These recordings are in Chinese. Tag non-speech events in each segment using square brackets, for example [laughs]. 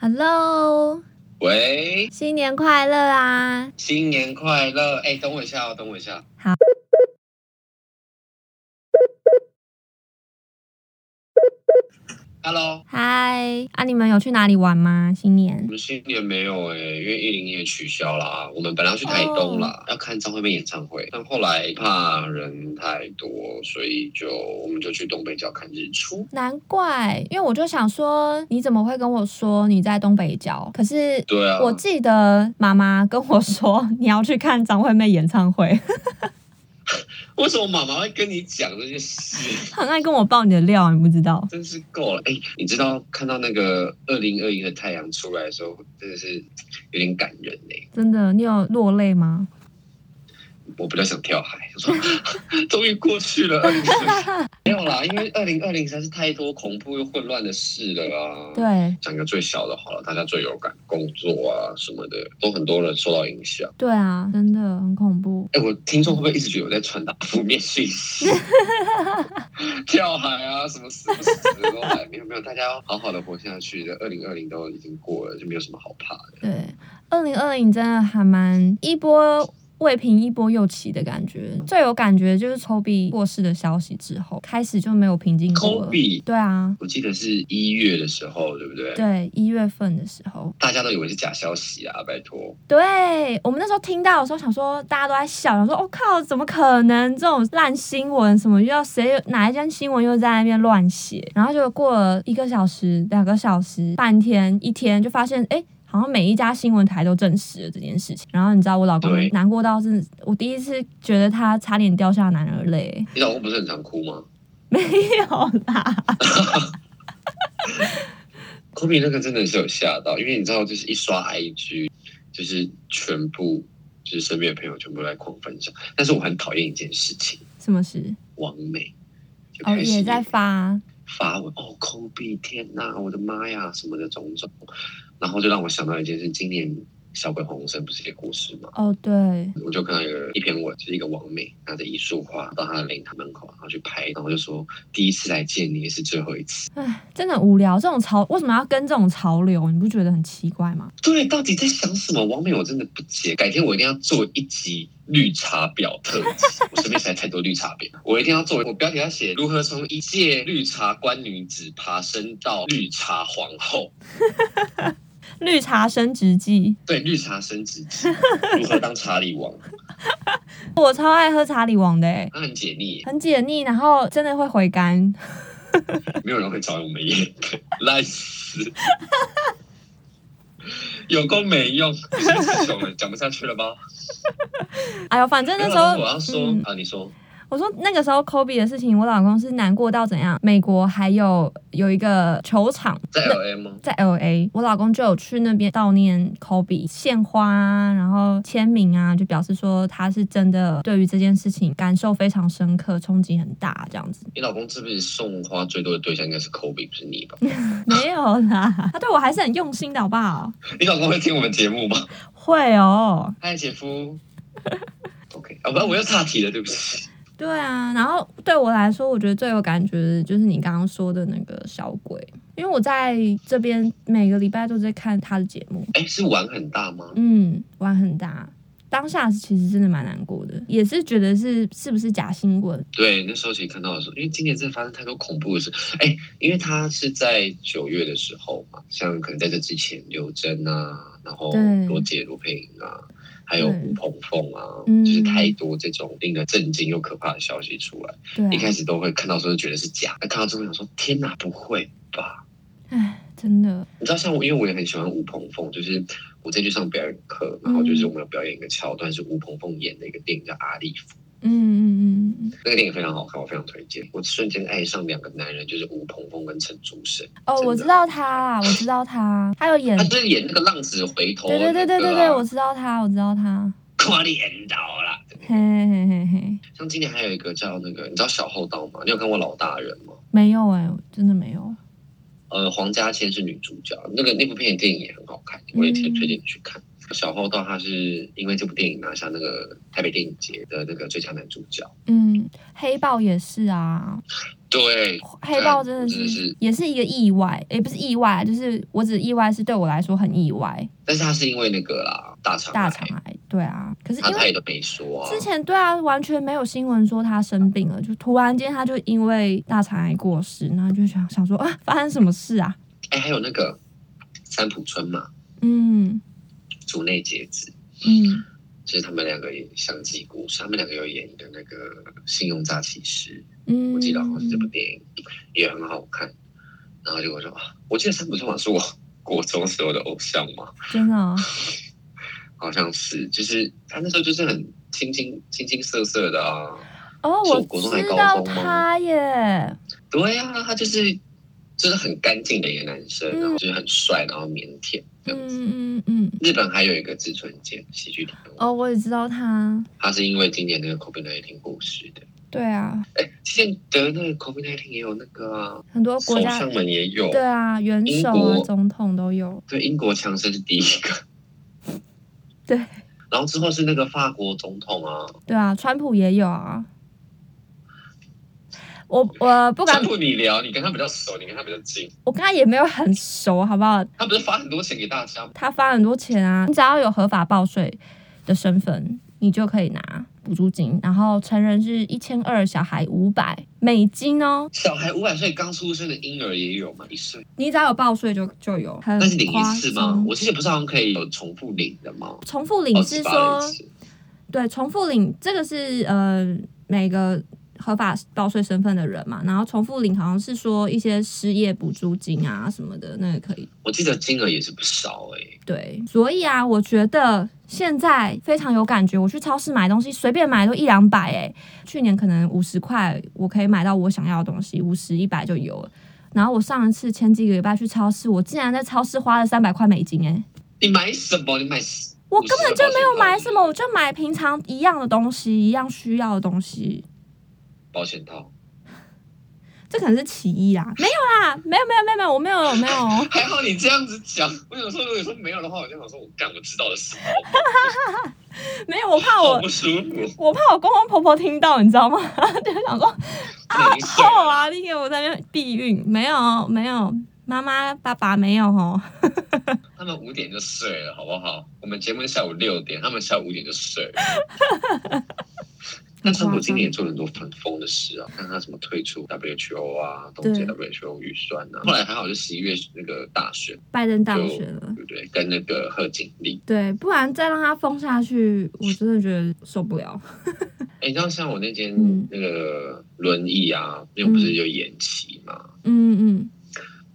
Hello，喂，新年快乐啊！新年快乐！哎，等我一下哦，等我一下。好。 Hello，嗨啊，你们有去哪里玩吗？新我年们新年没有哎、因为一零也取消啦。我们本来要去台东哦啦要看张惠妹演唱会，但后来怕人太多，所以就我们就去东北角看日出。难怪，因为我就想说，你怎么会跟我说你在东北角？可是对啊，我记得妈妈跟我说你要去看张惠妹演唱 [laughs] 会，为什么妈妈会跟你讲这些事？很爱跟我爆你的料，你不知道？真是够了！哎、你知道看到那个二零二一的太阳出来的时候，真的是有点感人哎、真的，你有落泪吗？我比较想跳海，我说 [laughs] 终于过去了，二零二没有啦，因为二零二零实在是太多恐怖又混乱的事了啊。，对讲个最小的好了，大家最有感，工作啊什么的，都很多人受到影响。对啊，真的很恐怖。哎，我听众会不会一直觉得我在传达负面讯息？ [laughs] 跳海啊，什么死不死的都来，没有没有，大家要好好的活下去。二零二零都已经过了，就没有什么好怕的。对，二零二零真的还蛮一波未平一波又起的感觉。最有感觉就是抽比过世的消息之后，开始就没有平静过了。 Kobe 对啊，我记得是一月的时候，对不对？对，一月份的时候，大家都以为是假消息啊，拜托。对我们那时候听到的时候，想说大家都在笑，想说我、哦靠，怎么可能这种烂新闻？什么又要谁哪一间新闻又在那边乱写？然后就过了一个小时、两个小时、半天、一天，就发现哎。诶好像每一家新闻台都证实了这件事情，然后你知道我老公对难过到是，我第一次觉得他差点掉下男儿泪，你老公不是很常哭吗？没有啦，科比那个真的是有吓到，因为你知道，就是一刷 IG，就是全部就是身边的朋友全部在狂分享。但是我很讨厌一件事情，什么事？王美就哦，开始也在发，发文哦，科比天呐，我的妈呀，什么的种种，然后就让我想到一件事，今年小鬼黄鸿升不是也过世吗？哦，对，我就看到有一篇文，就是一个王美拿着一束花到她的灵堂门口，然后去拍，然后就说第一次来见你也是最后一次。唉，真的很无聊，这种潮为什么要跟这种潮流？你不觉得很奇怪吗？对，到底在想什么？王美，我真的不解。改天我一定要做一集绿茶婊特辑，我身边实在太多绿茶婊， [laughs] 我一定要做。我标题要写如何从一介绿茶官女子爬升到绿茶皇后，绿茶升职记，对，绿茶升职记，如何当查理王？我超爱喝茶里王的、欸，那很解腻耶，很解腻，然后真的会回甘。没有人会找我们演，烂死。有够没用，现在词穷了，讲不下去了吧？哎呦，反正那时没有候 [laughs] 我要说、嗯啊，你说我说那个时候 Kobe 的事情，我老公是难过到怎样？美国还有有一个球场在 L A 吗？在 L A，我老公就有去那边悼念 Kobe，献花啊，然后签名啊，就表示说他是真的对于这件事情感受非常深刻，冲击很大，这样子。你老公是不是送花最多的对象应该是 Kobe，不是你吧？ [laughs] 没有啦， [laughs] 他对我还是很用心的，好不好？你老公会听我们节目吗？会哦，嗨，姐夫。OK，啊，不，我又岔题了，对不起。对啊，然后对我来说，我觉得最有感觉的就是你刚刚说的那个小鬼，因为我在这边每个礼拜都在看他的节目，哎，是玩很大吗？嗯，玩很大。当下其实真的蛮难过的，也是觉得是是不是假新闻？对，那时候其实看到的时候，因为今年真的发生太多恐怖的事。哎，因为他是在九月的时候嘛，像可能在这之前，刘真啊，然后对罗姐、罗佩莹啊，还有对吴鹏凤啊，嗯就是太多这种令人震惊又可怕的消息出来。对、一啊，开始都会看到的时候就觉得是假，那看到之后想说，天哪，不会吧？唉，真的，你知道，像我，因为我也很喜欢吴鹏凤，就是我在去上表演课，然后嗯就是我们有表演一个桥段，是吴鹏凤演的一个电影叫《阿力夫》，嗯嗯嗯嗯，那个电影非常好看，我非常推荐。我瞬间爱上两个男人，就是吴鹏凤跟陈竹生。哦，真的我知道他啊，我知道他，他有演他，就是演那个浪子回头的对那个嗯对啊，对对对对，我知道他，我知道他，夸你演到啦。嘿嘿嘿嘿嘿，像今年还有一个叫那个，你知道小后刀吗？你有看过《老大人》吗？没有哎、真的没有，呃，黄家千是女主角，那个那部片的电影也很好看，我也推嗯推荐你去看。小后道他是因为这部电影拿下那个台北电影节的那个最佳男主角。嗯，黑豹也是啊，对，啊黑豹真的真的是是也是一个意外，也不是意外，就是我只意外是对我来说很意外，但是他是因为那个啦，大肠大癌肠癌，对啊，可是他因他为也都没说啊。之前对啊，完全没有新闻说他生病了，就突然间他就因为大肠癌过世，然后就想想说啊，发生什么事啊？哎，还有那个三浦春嘛，嗯竹内结子，嗯，就是他们两个也相继过世，他们两个有演一个那个《信用诈欺师》，嗯，我记得好像是这部电影，也很好看。然后结果说，啊我记得三浦春马是我国中时候的偶像嘛，真的哦、好像是，就是他那时候就是很清清清清涩涩的啊。哦，是我我国中还知高道中吗他耶，对啊，他就是就是很干净的一个男生，嗯然后就是很帅，然后腼腆这样子。嗯嗯嗯，日本还有一个志村健喜剧里面，哦，我也知道他，他是因为今年那个 COVID 1 9过世的。对啊，哎，之前得那个 COVID 1 9也有那个啊，很多国首家相们也有。对啊，元英首啊、国总统都有，对，英国强生是第一个。 [laughs] 对。然后之后是那个法国总统啊，对啊，川普也有啊。我我不敢川，普你聊，你跟他比较熟，你跟他比较近，我跟他也没有很熟，好不好？他不是发很多钱给大家吗？他发很多钱啊，你只要有合法报税的身份，你就可以拿补助金，然后成人是一千二，小孩五百美金哦。小孩五百岁刚出生的婴儿也有嘛，一岁，你只要有报税就就有，很那是领一夸次吗张？我之前不是好像可以有重复领的吗？重复领是说哦28人一次对，重复领这个是呃每个合法报税身份的人嘛，然后重复领好像是说一些失业补助金啊什么的，那个可以。我记得金额也是不少哎、对，所以啊，我觉得现在非常有感觉。我去超市买东西，随便买都一两百哎，去年可能五十块我可以买到我想要的东西，五十一百就有了。然后我上一次前几个礼拜去超市，我竟然在超市花了三百块美金哎、你买什么？你买十我根本就没有买什么， 50我就买平常一样的东西，一样需要的东西。保险套，这可能是其一啦，没有啦，没有没有没有没有，我没有我没有， [laughs] 还好你这样子讲。我有时候如果说没有的话，我就想说，我干，我知道的是 [laughs] 什么，没有，我怕好我 [laughs] 不舒 [laughs] 服。我怕我公公婆婆听到，你知道吗？ [laughs] 就想说没事哦啊，你给我在那边避孕，没有没有，妈妈爸爸没有哦，他们五点就睡了，好不好？我们节目是下午六点，他们下午五点就睡了。 [laughs] 那川普今年也做了很多很疯的事啊，看他什么退出 WHO 啊，冻结对 WHO 预算啊。后来还好，就十一月那个大选， [laughs] 拜登当选了。对不对？跟那个贺锦丽，对，不然再让他封下去，我真的觉得受不了。哎、你知道像我那间嗯那个轮椅啊，因为我不是有延期嘛，嗯嗯，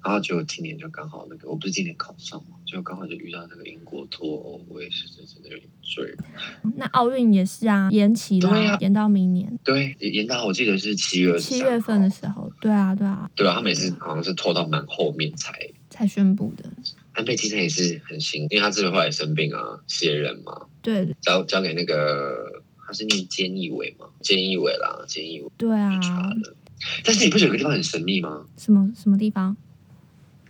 然后结果今年就刚好那个，我不是今年考上嘛，就刚好就遇到那个英国脱欧，我也是真真的有点醉。嗯那奥运也是啊，延期对啦啊，延到明年对，延到我记得是七月七月份的23号，时候。对啊对啊，对啊，他每次好像是拖到蛮后面才。才宣布的。安倍晋三也是很辛苦，因为他自己后来生病啊，卸任嘛，对交交给那个他是念菅义伟嘛，菅义伟啦，菅义伟对啊去，查了。但是你不觉得有个地方很神秘吗？什么什么地方？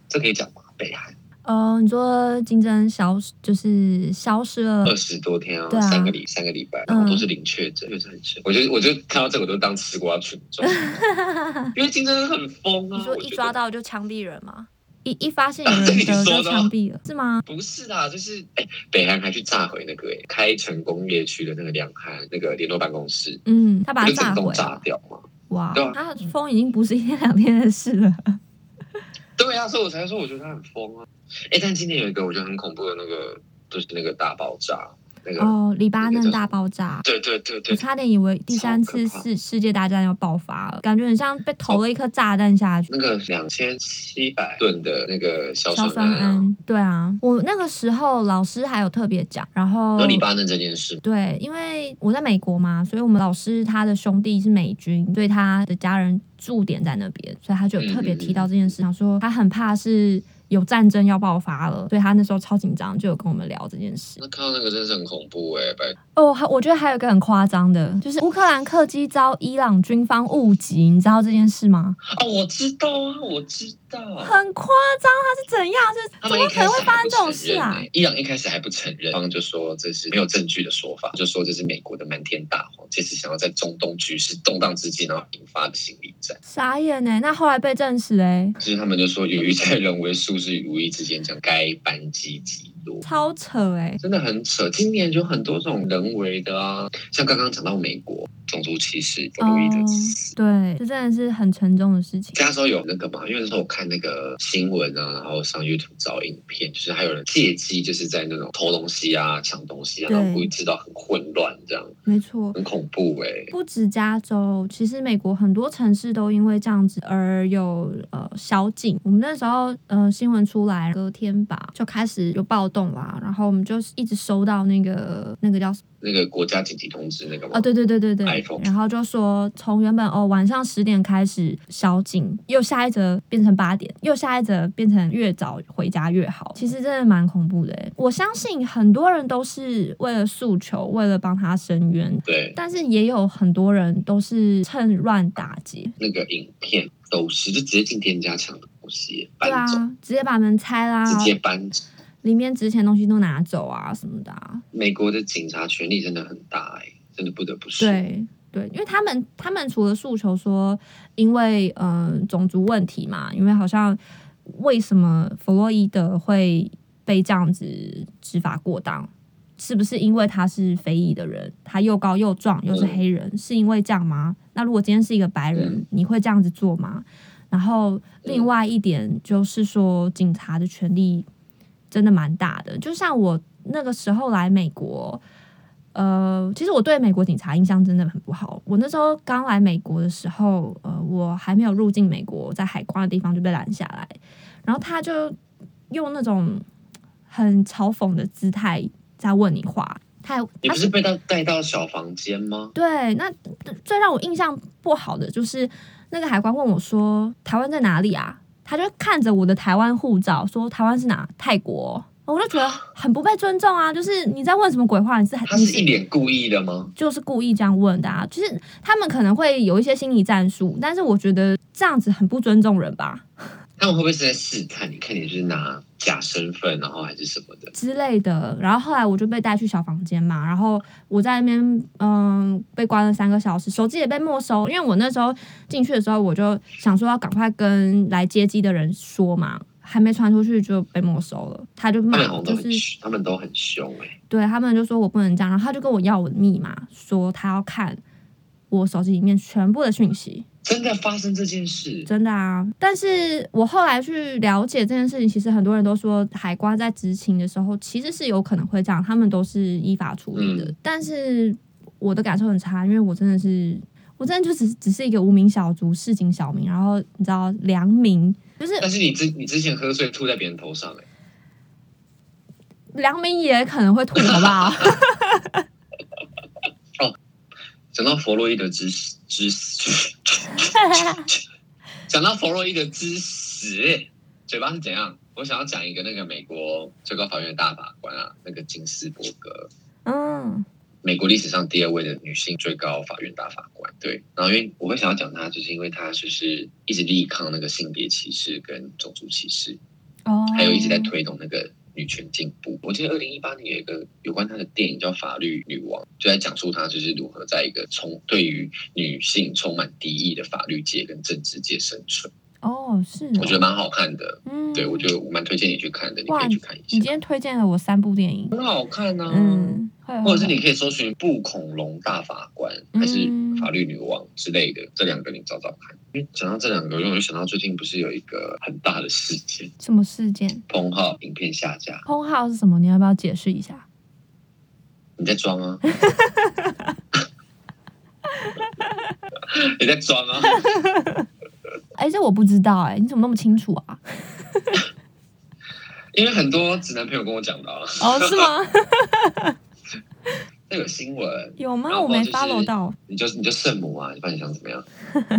这可以讲吗？北韩。哦，你说竞争消失就是消失了，二十多天嗯啊，对啊嗯三个礼三个礼拜，然后都是零确诊，就是很神。我就我就看到这个，我都当吃瓜群 [laughs] 众，因为竞争很疯啊。你说我一觉抓得到就枪毙人吗？一一发现有人 [laughs] 你得就说的啊枪毙了，是吗？不是啦，就是哎、北韩还去炸毁那个、哎开城工业区的那个两韩那个联络办公室，嗯，他把它就整炸栋毁炸了，掉嘛。哇对啊，他风已经不是一天两天的事 [laughs] 了。对啊，所以我才说我觉得他很疯啊。哎、但今年有一个我觉得很恐怖的那个，就是那个大爆炸，那个、哦，黎巴嫩大爆炸。对对对对我差点以为第三超次可怕世世界大战要爆发了，感觉很像被投了一颗炸弹下去。那个两千七百吨的那个硝硝酸酸铵啊，铵，对啊，我那个时候老师还有特别讲，然后然后黎巴嫩这件事，对，因为我在美国嘛，所以我们老师他的兄弟是美军，所嗯以他的家人驻点在那边，所以他就有特别提到这件事，想说他很怕是有战争要爆发了，所以他那时候超紧张，就有跟我们聊这件事。那看到那个真是很恐怖哎、拜哦，还我觉得还有一个很夸张的，就是乌克兰客机遭伊朗军方误击，你知道这件事吗？哦，我知道啊，我知 [laughs] 道。很夸张，他是怎样？就是他怎们一么可开能始会发生还不这种承事认、啊？欸，伊朗一开始还不承认，他们就说这是没有证据的说法，就说这是美国的漫天大谎，这是想要在中东局势动荡之际，然后引发的心理战。傻眼呢、那后来被证实哎、所以他们就说，由于在人为疏失与无意之间将该班机击落，超扯哎、真的很扯。今年有很多这种人为的啊，像刚刚讲到美国种族歧视、弗洛伊德之死。嗯对，这真的是很沉重的事情。加州有那个嘛？因为那时候我看那个新闻啊，然后上 YouTube 找影片，就是还有人借机就是在那种偷东西啊、抢东西啊，对然后故意制造很混乱，这样没错，很恐怖哎、不止加州，其实美国很多城市都因为这样子而有呃宵禁。我们那时候呃新闻出来，隔天吧就开始有暴动啦，然后我们就一直收到那个那个叫什么那个国家紧急通知那个嘛，哦，对对对对对 iPhone，然后就说从原本哦晚上十点开始宵禁，又下一则变成八点，又下一则变成越早回家越好。其实真的蛮恐怖的欸，我相信很多人都是为了诉求，为了帮他伸冤，对，但是也有很多人都是趁乱打劫，那个影片都是就直接进店家抢东西对搬啊走，，直接把门拆啦，直接搬走。里面值钱东西都拿走啊什么的啊，美国的警察权力真的很大哎、真的不得不说。对。对，因为他们他们除了诉求说，因为嗯、呃种族问题嘛，因为好像为什么弗洛伊德会被这样子执法过当，是不是因为他是非裔的人，他又高又壮又是黑人，是因为这样吗？那如果今天是一个白人，嗯你会这样子做吗？然后另外一点就是说，警察的权力真的蛮大的。就像我那个时候来美国，呃，其实我对美国警察印象真的很不好。我那时候刚来美国的时候，呃，我还没有入境美国，在海关的地方就被拦下来，然后他就用那种很嘲讽的姿态在问你话。他你他不是被到带到小房间吗？对，那最让我印象不好的就是那个海关问我说：“台湾在哪里啊？”他就看着我的台湾护照说：“台湾是哪？泰国。”哦我就觉得很不被尊重啊！就是你在问什么鬼话？你是他你是一脸故意的吗？就是故意这样问的啊？就是他们可能会有一些心理战术，但是我觉得这样子很不尊重人吧他们会不会是在试探你？看你是拿假身份，然后还是什么的？之类的。然后后来我就被带去小房间嘛，然后我在那边嗯被关了三个小时，手机也被没收，因为我那时候进去的时候我就想说要赶快跟来接机的人说嘛。还没传出去就被没收了，他就他骂们好我，像就哎都是很，凶，他们都很凶哎、对他们就说我不能这样，然后他就跟我要我的密码，说他要看我手机里面全部的讯息，真的发生这件事，真的啊！但是我后来去了解这件事情，其实很多人都说海关在执勤的时候其实是有可能会这样，他们都是依法处理的。嗯但是我的感受很差，因为我真的是，我真的就只只是一个无名小卒、市井小民，然后你知道良民就是但是你之你之前喝醉吐在别人头上哎、良民也可能会吐，好不 [laughs] 好？讲到弗洛伊德之死之死， [laughs] 讲到弗洛伊德之死，欸嘴巴是怎样？我想要讲一个那个美国最高法院的大法官啊，那个金斯伯格，嗯，美国历史上第二位的女性最高法院大法官。对，然后因为我会想要讲她，就是因为她就是一直力抗那个性别歧视跟种族歧视，哦，还有一直在推动那个女权进步。我记得二零一八年有一个有关她的电影叫《法律女王》，就在讲述她就是如何在一个充对于女性充满敌意的法律界跟政治界生存。哦，是哦，我觉得蛮好看的，嗯，对我觉得我蛮推荐你去看的，你可以去看一你今下，天推荐了我三部电影，很好看啊。嗯，会或者是你可以搜寻“不恐龙大法官”还是“法律女王”之类的，这两个你找找看。因为讲到这两个，因为我就想到最近不是有一个很大的事件，什么事件？彭浩影片下架，通号是什么？你要不要解释一下？你在装啊？ [laughs] 你在装啊？哎，这我不知道哎、你怎么那么清楚啊？因为很多直男朋友跟我讲到啊，哦，是吗？这有新闻， [laughs] 有吗？然后我没就是 follow 到。你就你就圣母啊，你把你想怎么样？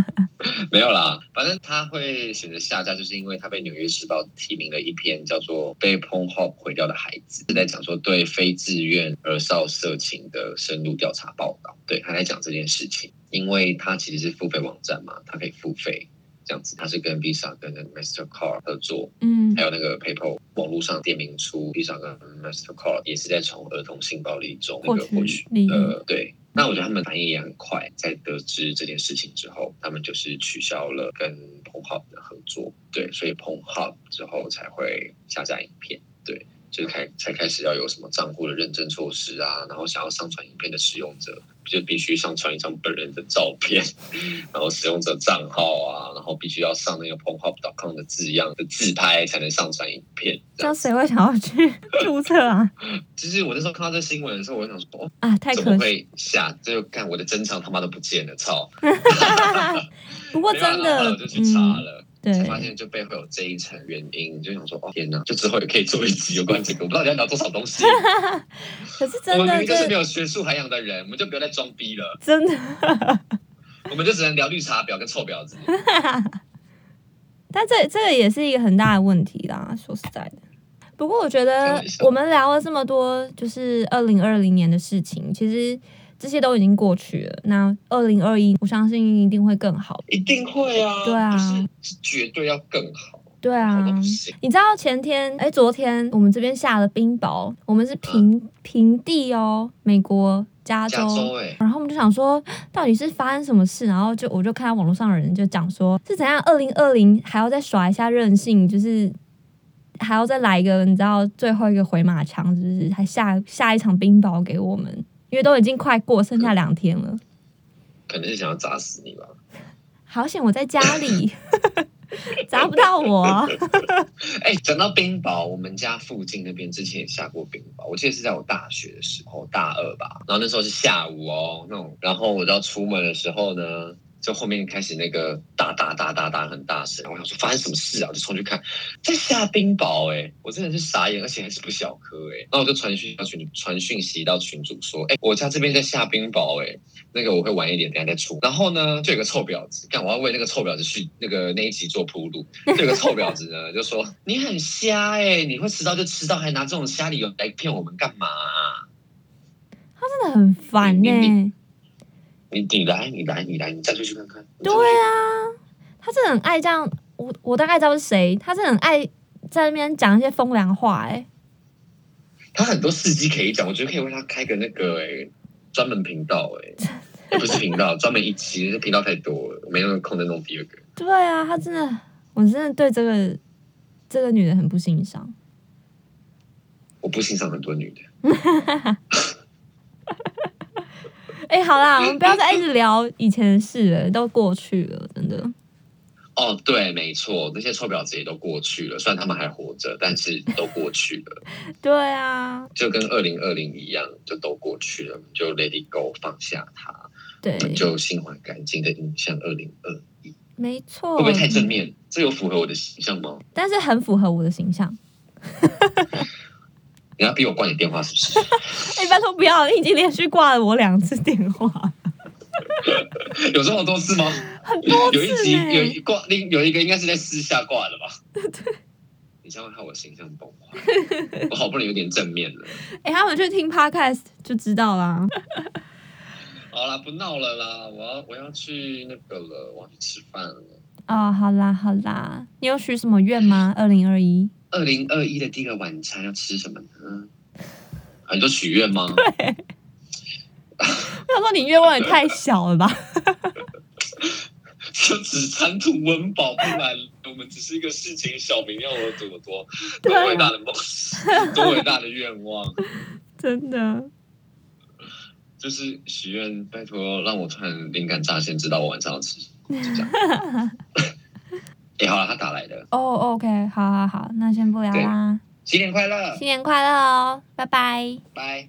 [laughs] 没有啦，反正他会选择下架，就是因为他被《纽约时报》提名了一篇叫做《被 Pong Hop 毁掉的孩子》，是在讲说对非自愿儿少色情的深入调查报道。对，他在讲这件事情，因为他其实是付费网站嘛，他可以付费。这样子，他是跟 Visa 跟 Mastercard 合作，嗯还有那个 PayPal 网络上点名出 Visa 跟 Mastercard 也是在从儿童性暴力中那个获获取取利益呃对。那我觉得他们反应也很快，在得知这件事情之后，他们就是取消了跟 p o n h u b 的合作，对，所以 p o n h u b 之后才会下架影片，对，就是开才开始要有什么账户的认证措施啊，然后想要上传影片的使用者就必须上传一张本人的照片， [laughs] 然后使用者账号啊，然后必须要上那个 Pornhub.com 的字样的自拍才能上传影片。这这样样谁会想要 [laughs] 去注册啊？就是我那时候看到这新闻的时候，我就想说，哦，啊，太怎么可惜。会下？就看我的珍藏他妈都不见了，操！不过没办真法的后来我，就去查嗯，了，才发对，现就背后有这一层原因，就想说，哦天哪！就之后也可以做一集有关这个，我不知道要聊多少东西。可是我 [laughs] 真的们明明就是没这有学术涵养的人，我们就不要再装逼了，真的。我们就只能聊绿茶婊跟臭婊子。但这这个也是一个很大的问题啦，说实在的。不过我觉开得玩笑我们聊了这么多，就是二零二零年的事情，其实这些都已经过去了。那二零二一，我相信一定会更好。一定会啊，对啊就是是绝对要更好，对啊好，到不行。你知道前天哎，昨天我们这边下了冰雹，我们是平平地哦，美国加嗯加州哎、然后我们就想说，到底是发生什么事？然后就我就看到网络上有人就讲说，是怎样二零二零还要再耍一下任性，就是还要再来一个，你知道最后一个回马枪，就是还下下一场冰雹给我们，因为都已经快过，剩下两天了。可能是想要砸死你吧。好险我在家 [laughs] 里，砸不到我。啊哎、讲到冰雹，我们家附近那边之前也下过冰雹，我记得是在我大学的时候，大二吧。然后那时候是下午哦，那种。然后我就要出门的时候呢，就后面开始那个哒哒哒哒哒很大声，然后我想说发生什么事啊，我就冲去看，在下冰雹哎、我真的是傻眼，而且还是不小颗哎、然后我就传讯到群传讯息到群主说，哎、我家这边在下冰雹哎、那个我会晚一点，等一下再出。然后呢，就有个臭婊子，干我要为那个臭婊子去那个那一集做铺路。就有个臭婊子呢，就说你很瞎哎、你会迟到就迟到，还拿这种瞎理由来骗我们干嘛、真的很烦欸呢、你你你你来，你来，你来，你再出去看看。你对再出去看看，啊，他是很爱这样，我我大概知道是谁，他是很爱在那边讲一些风凉话、哎，他很多事迹可以讲，我觉得可以为他开个那个哎、专门频道哎、也不是频道，专门一期，这频道太多了，我没有空再弄第二个。对啊，她真的，我真的对这个这个女人很不欣赏。我不欣赏很多女的，哎、好啦，我们不要再一直聊以前的事了，都过去了，真的。哦，对，没错，那些臭婊子也都过去了，虽然他们还活着，但是都过去了，对啊，就跟二零二零一样，就都过去了，就 let it go，放下它。对哦我，们就心怀感激的迎向二零二一，没错。会不会太正？面？这有符合我的形象吗？但是很符合我的形象。你要逼我挂你电话是不哎、拜托不要，你已经连续挂了我两次电话。是？ [laughs] 有这么多次吗？很多有一次集呢有一挂另有一个应该是在私下挂 [laughs] 的吧？ [laughs] 你这样会害我形象崩坏。我好不容易有点正面了。哎、他们去听 podcast 就知道啦。好啦，不闹了啦，我要我要去那个了，我要去吃饭了。哦，好啦好啦，你有许什么愿吗？二零二一。二零二一的第一个晚餐要吃什么呢？啊，你说许愿吗？我想说你愿望也太小了吧？就只贪图温饱，不然我们只是一个市井小民，要有多多对多啊伟大的梦想，多伟大的愿望，真的。就是许愿，拜托让我突然灵感乍现，知道我晚上要吃什么，就这 [laughs] 样。哎、好了，他打来的，哦、o k 好好好，那先不聊对啦。新年快乐，新年快乐哦，拜拜。拜。